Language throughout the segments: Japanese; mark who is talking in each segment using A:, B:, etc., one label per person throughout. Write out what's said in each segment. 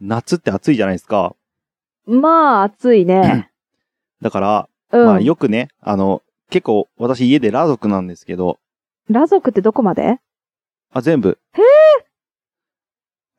A: 夏って暑いじゃないですか。
B: まあ、暑い ね。
A: だから、
B: うん。
A: まあよくね、あの、結構私家で裸族なんですけど、
B: 裸族ってどこまで
A: あ、全部、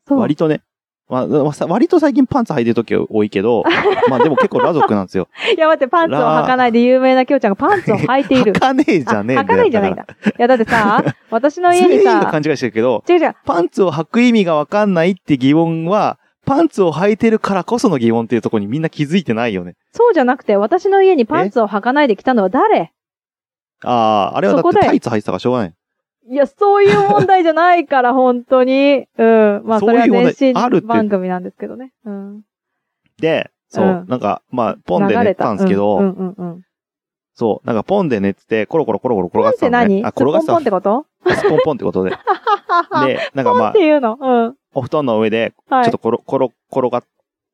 B: そう。
A: 割とね、まあ、まあさ割と最近パンツ履いてる時が多いけ ど、まあでも結構裸族なんですよ。
B: いや、待 って、パンツを履かないで有名なきょうちゃんが パンツを履いている
A: 履。かねえじ
B: あ
A: ゃねえ
B: 履かないじゃないん
A: だ
B: だ。いや、だって さ、私
A: か
B: の
A: ら。
B: 家
A: 全
B: に
A: 員が
B: さ
A: 勘、違いしてるけど、
B: 違う違う、
A: パンツを履く意味がわかんないって疑問は、パンツを履いてるからこその疑問っていうところにみんな気づいてないよね。
B: そうじゃなくて、私の家にパンツを履かないで来たのは誰
A: ああ、あれはだっ
B: そこ
A: て
B: だよ
A: タイツ履いてたからしょうがない。
B: いや、そういう問題じゃない から、本当に。うん。まあ、それは
A: そういう問題
B: 全
A: あるっ
B: 身
A: て
B: 番組なんですけどね。うん。
A: で、そう、
B: うん
A: なんか、まあ、ポンで
B: 流
A: 寝
B: れ
A: てたんですけど、
B: うんうんうんうん。
A: そう、なんかポンで寝てて、コロコロコロコロ転
B: ポ
A: が
B: ン
A: っ
B: って
A: た
B: て
A: のね。
B: 何
A: あ、転がっ
B: スッポンポンっててこと
A: た。スポンポンって ことで。
B: で、
A: で、なんか
B: ポン
A: ま
B: っ
A: あ
B: て、いうのうん。
A: お布団の上で、
B: は
A: ちょ
B: い
A: っと。コロコロ転がっ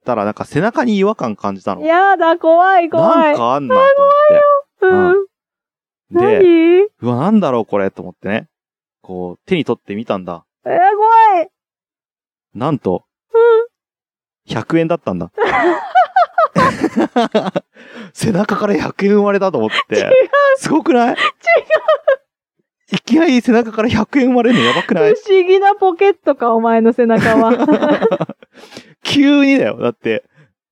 A: たら、なんか背中に違和感感じたの。
B: やだ、怖い、怖。
A: ないんかあんなと
B: う
A: 思
B: ん。
A: って。
B: 何
A: で、
B: え
A: うわ、なんだろうこれと思ってね。こう、手に取ってみたんだ。
B: ー、怖い。
A: なんと、100円だったん だ。背中から100円生まれたと思って。すごくない違ういきなり背中から100円生まれるのやばくない
B: 不思議なポケットか、お前の背中 は。
A: 急にだよ。だって、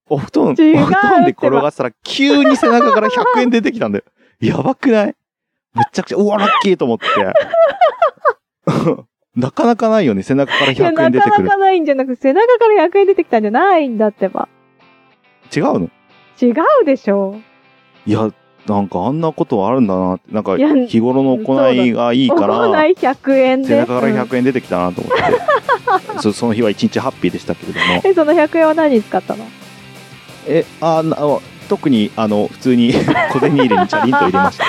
A: お布団、お
B: 違う
A: 布団で転がってたら急に背中から100円出てきたんだよ。やばくないめちゃくちゃ、うわ、ラッキーと思って。 なかなかないよね、背中から
B: いや、
A: 100円
B: な
A: 出て
B: か
A: く
B: な
A: る。
B: かないんじゃなくて、背中から100円出てきたんじゃないんだってば。
A: 違うの
B: 違うでしょ。
A: いや、なんかあんなことあるんだなって、なんか
B: いや
A: 日頃の行いがいいか
B: 行な
A: ら、
B: い100円で。
A: 背中か
B: う
A: ら
B: ん
A: 100円出てきたなと思って、 そその日は一日ハッピーでしたけれども、
B: え、その100円は何に使っ たの
A: え、あなあ特にあの普通に小銭入れにチャリンと入れました。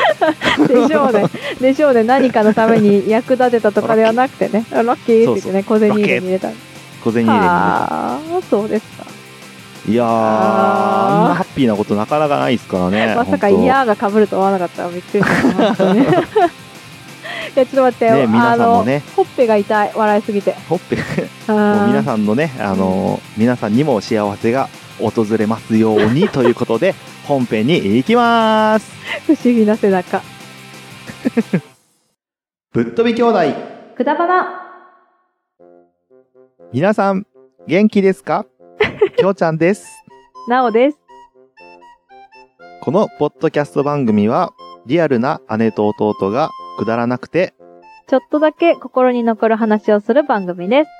B: でしょうね。でしょうね。何かのために役立てたとかではなくてね。あラッキーって言ってね、小銭入れに入れた。
A: 小銭入れに入れた。
B: ああ、そうですか。
A: いやー、
B: あ
A: あ
B: ー
A: んなハッピーなことなかなかないですからね。
B: まさか、
A: 本当
B: いやーが被るとは思わなかった。びっくりした。本 当にいや、ちょっと待ってよ。
A: ね、皆さんもね、
B: あのほっぺが痛い。笑いすぎて。
A: ほっぺ、もう皆
B: 皆ん。
A: さんのね、あのー皆さんにも幸せが訪れますようにということ で、本編に行きます。
B: 不思議な背中。
A: ぶっ飛び兄弟
B: くだばな。
A: 皆さん元気ですかきょうちゃんです
B: なおです。
A: このポッドキャスト番組はリアルな姉と弟がくだらなくて
B: ちょっとだけ心に残る話をする番組です。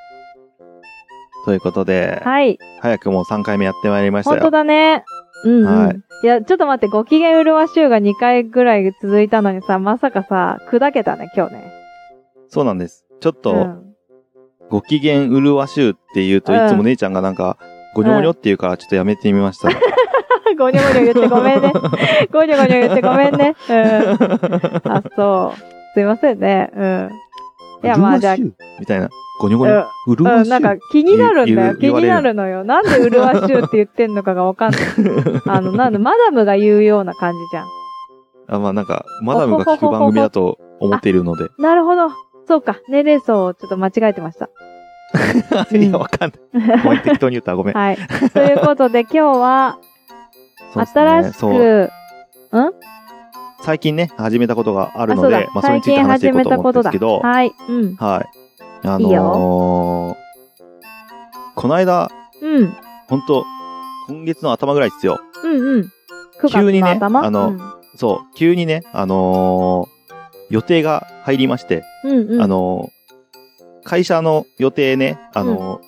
A: ということで、
B: はい。
A: 早くもう3回目やってまいりました
B: 本当
A: よ
B: だね。うん、うん。
A: はい
B: い、や、ちょっと待って、ご機嫌うるわしゅうが2回ぐらい続いたのにさ、まさかさ、砕けたね、今日ね。
A: そうなんですちょっと、
B: うん
A: ご機嫌うるわしゅうって言うといつも姉ちゃんがなんか、ごにょごにょって言うからちょっとやめてみました、
B: ごにょごにょ言って ご めんね。ごにょごにょ言ってごめんね。うん。あ、そう。すいませんね。うん。いや、まあじゃあ
A: うるわしゅうみたいなごにょご
B: う
A: にょ、うる
B: ん。
A: わ
B: うん、
A: しゅ
B: な
A: うん
B: か気になるんだよ。
A: 言
B: 気
A: う
B: に
A: 言わ
B: な
A: れ
B: るのよ。なんでうるわしゅうって言ってんのかがわか んない。あの、なんで、マダムが言うような感じじゃん。
A: あまあなんかマダムが聞く番組だと思っているので
B: なるほど。そうか。年齢層をちょっと間違えてました。 ほほ
A: いやわかんないごめん適当に言ったらごめん
B: はい。ということで、今日は、
A: そうっすね
B: 新し
A: そう
B: く、
A: 最近ね始めたことがあるの
B: あ
A: で
B: そうだ
A: まあ、それについて話していこうと思うんですけどはい、
B: はい。うん。
A: あのー
B: いい
A: この間
B: うん。
A: 本当今月の頭ぐらいですよ
B: うんうん。9月
A: 急にね
B: の頭
A: あの
B: うん
A: そう急にねあのー予定が入りまして、
B: うんうん。
A: あのー会社の予定ねあの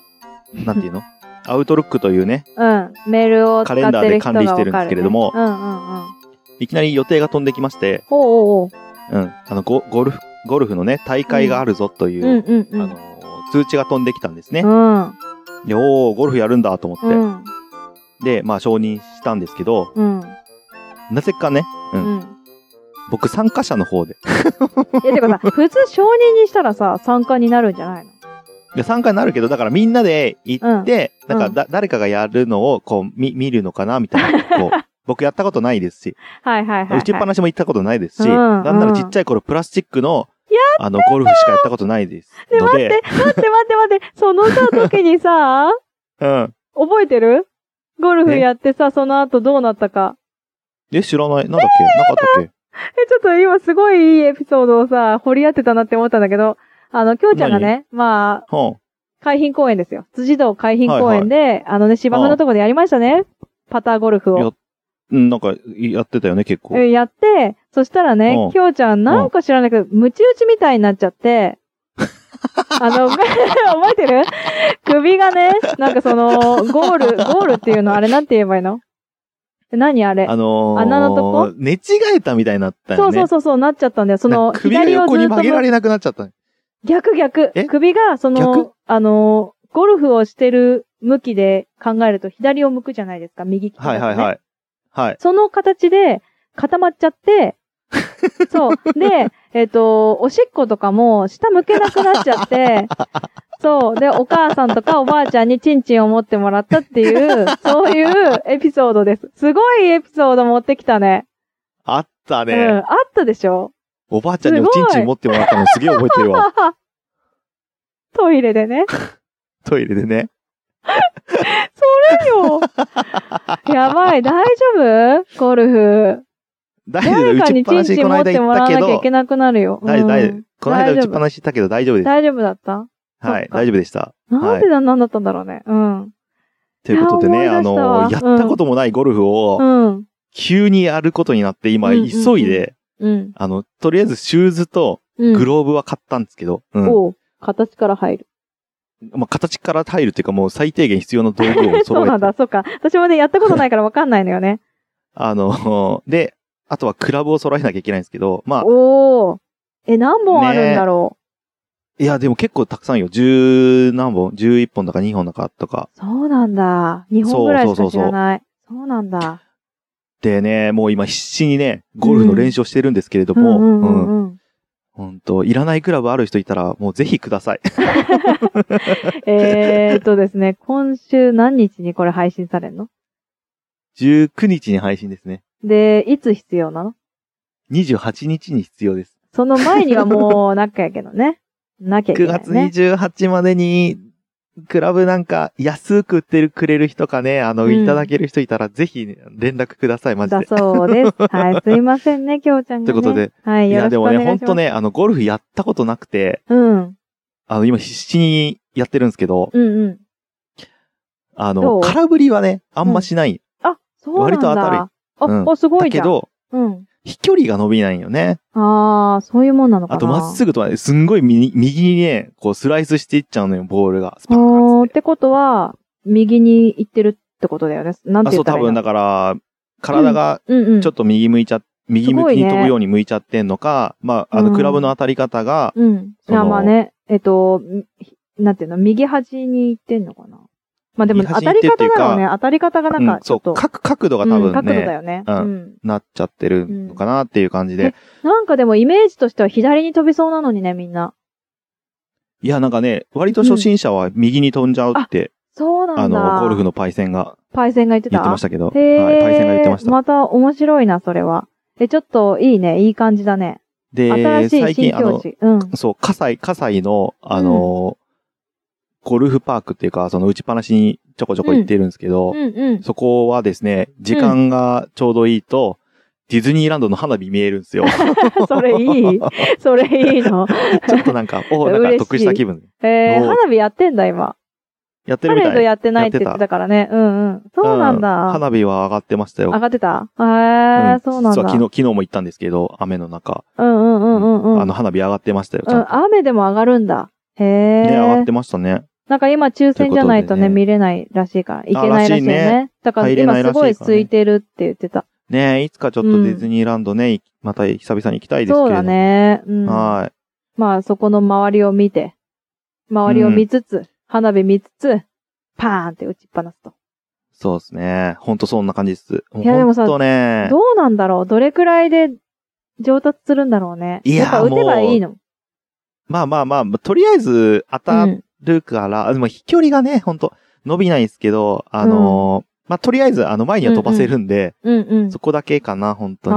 A: ーなんていうの アウトルックというね
B: うん。メールを使ってる人がわかる、ね。
A: カレンダーで管理してるんですけれども
B: うんうんうん。
A: いきなり予定が飛んできまして、
B: おうおう
A: うん、あのゴゴルフゴルフのね大会があるぞとい
B: おう。うん
A: う、
B: うんうん。
A: あのー通知が飛んできたんですね、
B: う
A: でおーゴルフやるんだと思って、
B: ん。うん。
A: で、まあ承認したんですけど、
B: うん。
A: なぜかね、う
B: うん。
A: 僕参加者の方で。
B: いや、てかさ、普通承認にしたらさ、参加になるんじゃないの
A: で参加になるけど、だからみんなで行って、
B: うん
A: なんかだ、誰かがやるのをこう見見るのかなみたい な。こう僕やったことないですし、
B: はいはいはい、はい。
A: 打ちっぱなしも行ったことないですし、
B: うん
A: なんならちっちゃい頃プラスチックの、あの、ゴルフしかやったことないです。
B: で、
A: の
B: 待って
A: で、、
B: 待って待って待って、そのさ、時にさ、
A: うん。
B: 覚えてるゴルフやってさ、その後どうなったか。
A: え、知らない。なんだっけなかったっけ
B: え、ちょっと今すごいいいエピソードをさ、掘り当てたなって思ったんだけど、あの、きょうちゃんがね、まあ、
A: は
B: 海浜公園ですよ。辻堂海浜公園で、あのね、芝生のとこでやりましたね。パターゴルフを。
A: あ、うん、なんか、やってたよね、結構。
B: えやって、そしたら
A: う
B: ね
A: ん、
B: きょうちゃんなんか知らないけど、ムチ打ちみたいになっち ゃって、あの、 覚えてる首がね、なんかその、ゴール、ゴールっていうの、あれなんて言えばいいのえ何あれ
A: あのー、
B: 穴のとこ
A: 寝違えたみたいになった
B: そ
A: よ
B: う
A: ね。
B: そうそうそう、なっちゃったんだよ。そ
A: なん
B: の、
A: か首が
B: 左を
A: 横
B: ず
A: に
B: っと
A: 曲げられなくなっちゃった。
B: 逆逆
A: え。
B: 首が、そ
A: 逆
B: の、あの、ゴルフをしてる向きで考えると、左を向くじゃないですか、右利きだと
A: は
B: ね
A: いはいはい。はい。
B: その形で固まっち ゃって、そう。で、えっ、と、おしっことかも下向けなくなっちゃって、そう。で、お母さんとかおばあちゃんにチンチンを持ってもらったっていう、そういうエピソードです。すごいエピソード持ってきたね。
A: あったね。
B: うん。あったでしょ
A: おばあちゃんにおちんちん持ってもらったのすげえ覚えてるわ。
B: トイレでね。
A: トイレでね。
B: 何よ。やばい。大丈夫ゴルフ。
A: 大丈夫
B: 誰
A: 打
B: か
A: ちっ
B: に
A: ぱ
B: チン
A: なし
B: チ
A: に
B: ン
A: この
B: 持っ
A: 間
B: て
A: 行
B: も
A: っ
B: ら
A: たけ
B: わなきゃ
A: ど
B: いけ、なくなるよ。
A: 大丈夫、大
B: う
A: 丈夫
B: ん。
A: この間
B: 大
A: 打
B: 丈
A: ちっぱなし行ったけど大丈夫です。
B: 大丈夫だった
A: は
B: そ
A: い
B: っ、か
A: 大丈夫でした。
B: なんでだなんだったんだろうね。うん。
A: ということで
B: い
A: ね、
B: や
A: あ
B: 思い出したわ
A: の、やったこともないゴルフ
B: う
A: を、
B: ん。
A: 急にやることになって、今、
B: うんうんうん
A: 急いで、
B: うん。
A: あの、とりあえずシューズと
B: うん。
A: グローブは買ったんですけど、うん。
B: おう形から入る。
A: まあ、形から入るっていうか、もう最低限必要な道具を
B: そ
A: 揃
B: うな
A: え
B: ん
A: て
B: だ、、そうか。私もね、やったことないからわかんないのよね。
A: あの、 で、あとはクラブを揃えなきゃいけないんですけど、 まあ、
B: おお。え、何本あるんだろ
A: いや、でも結構たくさんよ。十何本十一本だか二本だかとか。
B: う。そうなんだ。日本ぐらいし
A: そうそう
B: か知
A: そうそう
B: らない。そうなんだ。
A: でね、もう今必死にね、ゴルフの練習をしてるんですけれども、
B: うんう
A: うんん。
B: うんうん。
A: ほんと、いらないクラブある人いたら、もうぜひください。
B: えーっとですね、 今週何日にこれ配信されるの
A: 19日に配信ですね。
B: で、いつ必要なの
A: 28日に必要です。
B: その前にはもう、なっかやけ どね。なきゃいけ
A: 9
B: ない、ね。
A: 月28までに、クラブなんか安く売ってるくれる人かね、あの、
B: うん
A: いただける人いたら、ぜひ連絡ください、マジ
B: だ
A: で。
B: そうです。はい、すいませんね、きょうちゃん
A: とい
B: が、ね。
A: うことで。
B: はい、
A: い
B: よろ
A: や、
B: し
A: で
B: くお
A: も
B: 願
A: ね、
B: いします。
A: ほんとね、あの、ゴルフやったことなくて、
B: うん。うん
A: あの、今必死にやってるんですけど、
B: うん。
A: あ
B: ど
A: の、
B: う
A: 空振りはね、あんましない。
B: あ、そうな
A: 割
B: んだ。
A: と当たる
B: あ、
A: うん
B: あ、すご
A: だ
B: いじ
A: け
B: ゃん。
A: ど、
B: うん。
A: 飛距離が伸びないよね。
B: ああ、そういうもんなのかな。
A: あと、まっすぐとはね、すんごい右右にね、こう、スライスしていっちゃうのよ、ボールが。スパーン
B: お
A: っ
B: ー
A: つっ
B: っ
A: て。
B: てことは、右に行ってるってことだよね。なん
A: あ、
B: て
A: そう、
B: 言った
A: 多
B: らいいの
A: 分、だから、体が
B: うんうん。
A: ちょっと右向いちゃ、右向きに飛ぶように向いちゃってんのか、まあ、あ
B: う
A: の、
B: ん
A: クラブの当たり方が、
B: うん。
A: その
B: あまあね、えっと、みなんていうの、右端に行ってんのかな。まあでも、
A: 右
B: 当
A: 端に
B: た
A: 行っ
B: り
A: てってい
B: 方
A: うか
B: だろうね。当たり方がなん
A: うん
B: か、ち
A: そ
B: ょっ
A: う、
B: と、
A: 角、角度が
B: うん
A: 多分
B: 角度だ
A: ね、
B: よね。
A: う
B: うんん。
A: なっちゃってるのかなっていう感じ
B: うん
A: で
B: え。なんかでもイメージとしては左に飛びそうなのにね、みんな。
A: いや、なんかね、割と初心者は右に飛んじゃうって、
B: そうなんだ。
A: あの、ゴルフのパイセンが
B: パイセンが言って
A: 言
B: た
A: ってましたけど、はい、
B: へえ、
A: パイセンが言ってました。
B: また面白いな、それは。え、ちょっといいね、いい感じだね。
A: で、
B: 新しい
A: 最
B: 新
A: 近、あ
B: 境
A: の、
B: 地。うん。
A: そう、葛西、葛西の、あの、ゴルフパークっていうか、その打ちっぱなしにちょこちょこ行ってるんですけど、
B: うんうん。
A: そこはですね、時間がちょうどいいと、ディズニーランドの花火見えるんですよ。
B: それ いいそれいいの。
A: ちょっとなんか、おなんか得した気分。
B: えー、
A: もう
B: 花火やってんだ、今。
A: やって
B: パ
A: るみ
B: レ
A: た
B: ー
A: い。
B: ドやってないって言ってたからね。うんうん。そうなん
A: うん
B: だ。
A: 花火は上がってましたよ。
B: 上がってたへ
A: う
B: え
A: ん、
B: そうなん
A: 実
B: だ。
A: は昨日、昨日も行ったんですけど、雨の中。
B: うんうんうんうんう
A: あ
B: ん。
A: の、花火上がってましたよ、ち
B: う
A: ゃん
B: ん、
A: と。
B: 雨でも上がるんだ。へえ。
A: ね、上がってましたね。
B: なんか今抽選じゃないと
A: ということでね
B: ね、見れないらしいから。いけないらしいよ
A: あらしい
B: ね。だから
A: 入れな
B: 今
A: いらしい
B: す
A: から
B: ご
A: ね
B: い空いてるって言ってた。
A: ねいつかちょっとディズニーランドね、いまた久々に行きたいですけれど
B: そ
A: も。
B: うだ。ね。うん。
A: はい。
B: まあ、そこの周りを見て、周りを見つつ、花火見つつ、パーンって打ちっぱなすと。
A: そうですね。ほんとそんな感じです。
B: いやでもさ
A: ほんとね。
B: どうなんだろうどれくらいで上達するんだろうね。
A: いや
B: っぱ打てばいいの。
A: まあまあまあ、とりあえず当
B: う
A: た
B: ん
A: るから、でも飛距離がね、ほんと伸びないですけど、あのーまあとりあえずあの前には飛ばせるんで、
B: うんうん
A: そこだけかな、本当に。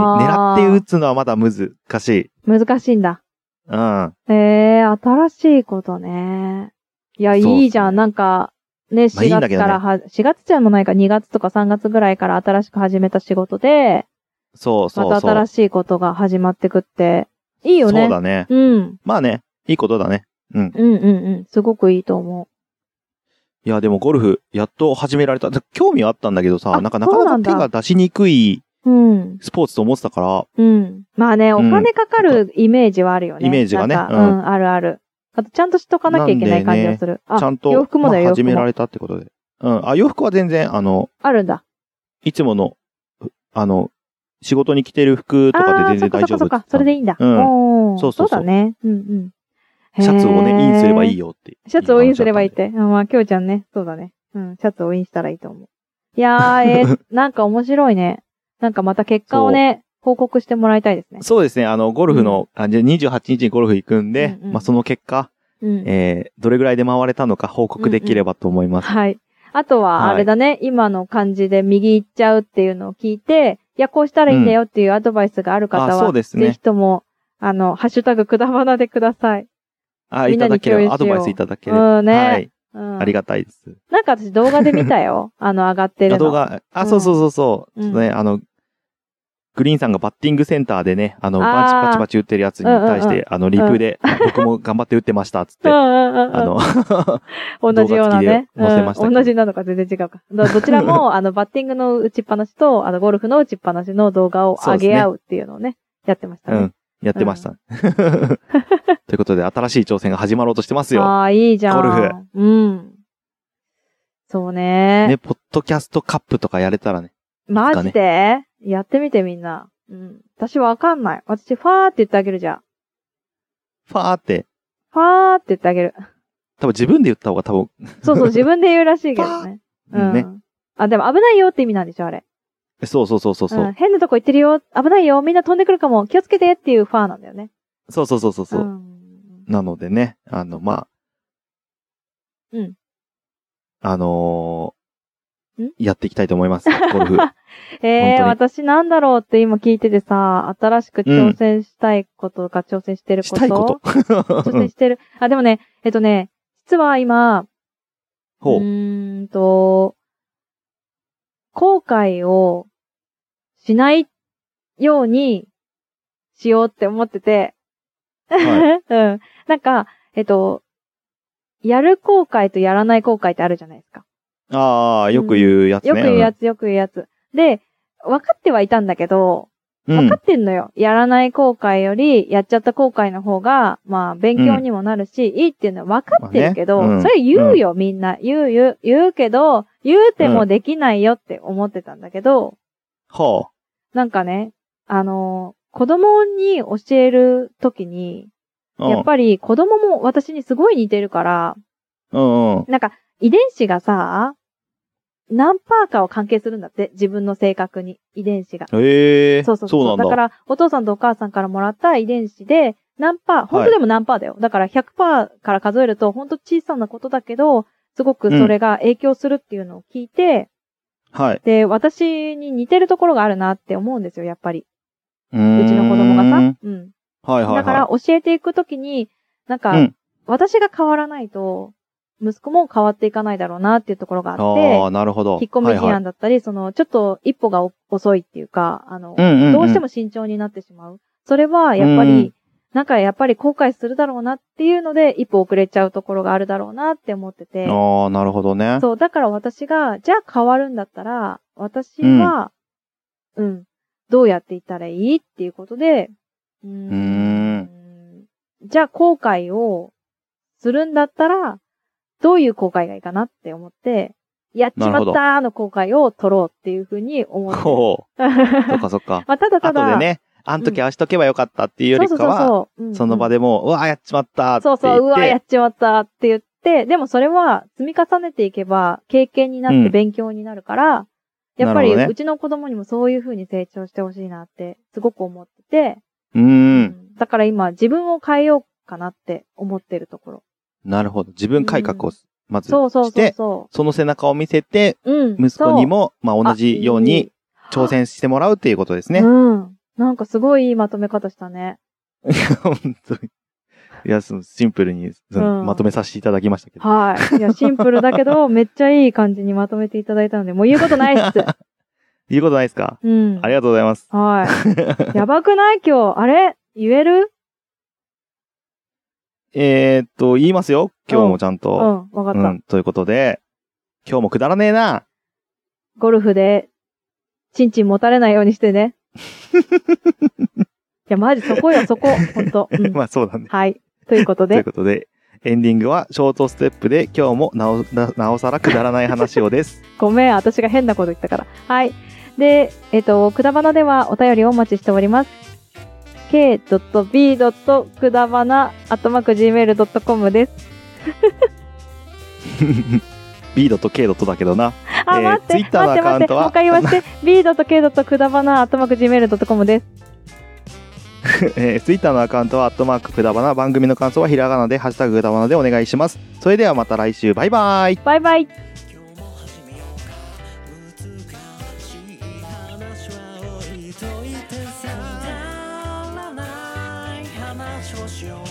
A: 狙
B: あー
A: って打つのはまだ難しい。。
B: 難しいんだ。
A: うん。
B: えー、新しいことね。いや、
A: そうっすね
B: いいじゃん。なんか、ね、
A: まあい
B: 4
A: いんだ
B: 月
A: けど
B: か
A: ね
B: らは、4月じゃもないか、2月とか3月ぐらいから新しく始めた仕事で、
A: そうそうそう。
B: また新しいことが始まってくって、いいよね。
A: そうだね。
B: うん。
A: まあね、いいことだね。うん。
B: うんうんうん。すごくいいと思
A: いや、でもゴルフ、やっと始められた。だ興味はあったんだけどさ、
B: あ
A: なんかな
B: そう
A: か
B: な
A: なん
B: だ。
A: か手が出しにくいう
B: うん。
A: スポーツと思ってたから、
B: うん。まあね、お金かかるイメージはあるよね。
A: イメージがね
B: なんか
A: う
B: うんん、あるある。あと、ちゃんとしとかなきゃいけない感じがする。あ、
A: ちゃん
B: 洋
A: と、
B: 服もだよ、
A: まあ
B: 洋
A: 始
B: 服
A: めら
B: も。
A: れたってことで。うん。あ、洋服は全然、あの、
B: あるんだ。
A: いつもの、あの、仕事に着てる服とか
B: あ
A: で
B: あ、そ
A: 全然
B: っか
A: 大
B: そ
A: 丈
B: っか
A: 夫っつっ
B: そっか
A: て。た
B: それでいいんだ。
A: うん
B: おー
A: そうそうそう
B: だね。うんうん。
A: シャツをね、インすればいい
B: よ。
A: よって。
B: シャツをインすればいいっ
A: いう話だ
B: て。あまあ、きょうちゃんね。そうだね。うん、シャツをインしたらいいと思う。いや ー、えーなんか面白いね。なんかまた結果をね、報告してもらいたいですね
A: ったんで。。そうですね、あの、ゴルフの、あじゃあ28日にゴルフ行くんで、
B: うんうん
A: まあ、その結果、
B: うん。
A: えー、どれぐらいで回れたのか報告できればと思います。
B: はい。あとは、
A: はい
B: あれだね、今の感じで右行っちゃうっていうのを聞いて、いや、こうしたらいいんだよっていうアドバイスがある方
A: あ
B: は、
A: そうですね
B: ぜひとも、あの、ハッシュタグくだばなでください。
A: あ、いただけれ
B: みん
A: ば、
B: な
A: ア
B: に
A: ド
B: 共有しよう
A: バイスいただければ。
B: うんね。
A: はい。
B: うん。
A: ありがたいです。
B: なんか私動画で見た よ。あの、上がってる
A: あ
B: の。
A: 動。画、あ、そうそうそうそう。
B: うん
A: ちょっとね、あの、グリーンさんがバッティングセンターでね、あの、
B: あー
A: バチバチバチ打ってるやつに対し
B: うんうん
A: て、あの、リプで、僕も頑張って打ってました、つっ
B: う
A: て。あ
B: んうんうんうん。
A: の、
B: 同じようなね。
A: 動画付きで載せましたけど
B: うん同じなのか全然違うか。どどち らも、あの、バッティングの打ちっぱなしと、あの、ゴルフの打ちっぱなしの動画を上げ合うっていうのをね、やってました
A: う
B: ね。
A: ん、やってま した。ということで、新しい挑戦が始まろうとしてますよ。
B: ああ、いいじゃん。
A: ゴルフ。
B: うん。そうね。
A: ね、ポッドキャストカップとかやれたらね。
B: マジでやってみてみんな。うん。私わかんない。私、ファーって言ってあげるじゃん。
A: ファーって、
B: ファーって言って あげる。
A: 多分自分で言った方が多分、
B: そうそう、自分で言うらしいけどね。う
A: ね。
B: ん。あ、でも危ないよって意味なんでしょ、あれ。
A: そうそうそうそうそう。
B: うん。変なとこ行ってるよ。危ないよ。みんな飛んでくるかも。気をつけてっていうファーなんだよね。
A: そうそうそうそうそう、
B: ん
A: なのでね、あの、まあ。
B: うん。
A: あのー
B: ん
A: やっていきたいと思います。 ゴルフ。
B: ええ
A: 本
B: 私なんだろうって今聞いててさ、新しく挑戦したいことか挑戦してる
A: し
B: こと。
A: たいこと。
B: 挑戦してる。あ、でもね、えっとね、実は今、
A: ほ
B: う
A: う。
B: ーんと、後悔をしないようにしようって思ってて、
A: は
B: うん。なんか、えっと、やる後悔とやらない後悔ってあるじゃないですか。
A: ああ、よく言うやつね。
B: よく言うやつ、よく言うやつ。で、分かってはいたんだけど、
A: うん。う
B: 分
A: ん
B: かってんのよ。やらない後悔より、やっちゃった後悔の方が、まあ、勉強にもなるし、いいっていうのは分かってるけど、
A: まあねうん
B: それ言うよ、みんな。言う、言う、言うけど、言うてもできないよって思ってたんだけど、
A: ほ
B: なんかね、あのー子供に教えるときに、
A: う。うん
B: やっぱり子供も私にすごい似てるから、
A: うんうん。
B: なんか、遺伝子がさ、何パーかを関係するんだって、自分の性格に、遺伝子が。
A: へえ。
B: そうそうそう。
A: なんだ。
B: だから、お父さんとお母さんからもらった遺伝子で、何パー、本当でも何パーだよ。だから100%から数えると、本当小さなことだけど、すごくそれが影響するっていうのを聞いて、
A: はい。
B: で、私に似てるところがあるなって思うんですよ、やっぱり。
A: う
B: うちの子供が
A: ーん
B: さ。うん。
A: はいはいはい。
B: だから、教えていくときに、なんか、
A: うん
B: 私が変わらないと、息子も変わっていかないだろうなっていうところがあって、
A: ああ、なるほど。
B: 引っ込み
A: はい
B: 思
A: はい
B: 案だったり、その、ちょっと一歩がお遅いっていうか、あの、
A: うんうんうん
B: どうしても慎重になってしまう。それは、やっぱり、
A: うん
B: なんかやっぱり後悔するだろうなっていうので、一歩遅れちゃうところがあるだろうなって思ってて。
A: ああ、なるほどね。
B: そう、だから私が、じゃあ変わるんだったら、私は、うん、どうやっていったらいいっていうことで、うー
A: うーん。
B: じゃあ後悔をするんだったら、どういう後悔がいいかなって思って、やっちま
A: なる
B: っ
A: ほ
B: た
A: ど
B: ーの後悔を取ろうっていうふうに思ってる。
A: ほう。そっかそっか。
B: まあ、ただた
A: 後
B: だ、
A: でね、あん時ああしとけばよかったっていうよりかは、
B: そうそうそうそう、うん
A: その場でもう、うわ、やっちまったって言
B: そ
A: っ
B: う
A: て。
B: そう、うわ、やっちまったって言って、でもそれは積み重ねていけば経験になっ
A: う
B: て
A: ん
B: 勉強になるから、やっ
A: な
B: ぱ
A: る
B: り
A: ほどね
B: うちの子供にもそういう風に成長してほしいなってすごく思ってて、
A: うー。
B: うんんだから今自分を変えようかなって思ってるところ。
A: なるほど。自分改革をまずして、
B: そうそうそうそ
A: その背中を見せて、
B: う。うん。
A: 息子に
B: そ
A: も、まあ、
B: う
A: 同じよう
B: あい
A: に
B: い
A: 挑戦してもらうっていうことですね。
B: うん。なんかすごいいいまとめ方したね。
A: 本当に。いや、そのシンプルに、その
B: うん
A: まとめさせていただきましたけど。
B: はい。いや、シンプルだ けど、めっちゃいい感じにまとめていただいたので、もう言うことないっす。
A: 言うことないですか
B: うん
A: あ。りがとうございます。
B: はい。やばくない今日。あれ言える
A: えー、っと、言いますよ。今日もちゃん
B: う
A: と。
B: ん、わか
A: う
B: った、
A: ん、ということで、今日もくだらねえな。
B: ゴルフで、チンチン持たれないようにして ね。いや、マジそこよ、そこ。ほんと。うん
A: まあそうだね。
B: はい。ということ
A: という
B: で、
A: ことで、エンディングはショートステップで、今日もなおななおさらくだらない話をです。
B: ごめん、私が変なこと言ったから。はい。で、えっ、と、くだばなではお便りをお待ちしております。k b くだばな、あとまく gmail.com です。
A: B ドと K ドとだけどな。
B: あ、
A: えー
B: 待って、待
A: Twitter の
B: って、
A: アカウン
B: 待って、
A: ト
B: も
A: は
B: う一回言 わせて。b k くだばな、あとまく gmail.com です。
A: えー、Twitter のアカウントは、アットマークくだばな、番組の感想はひらがなで、ハッシュタグくだばなでお願いします。それではまた来週、バイバイ。
B: バイバイ。
C: 今日も始めようか難しい話は置いといてさくだらない話をしよう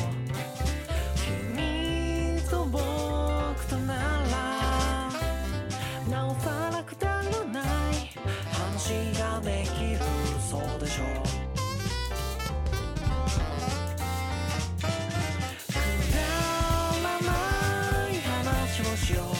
C: 君と僕とならなおさらくだらない話ができるそうでしょうくだらない話をしよう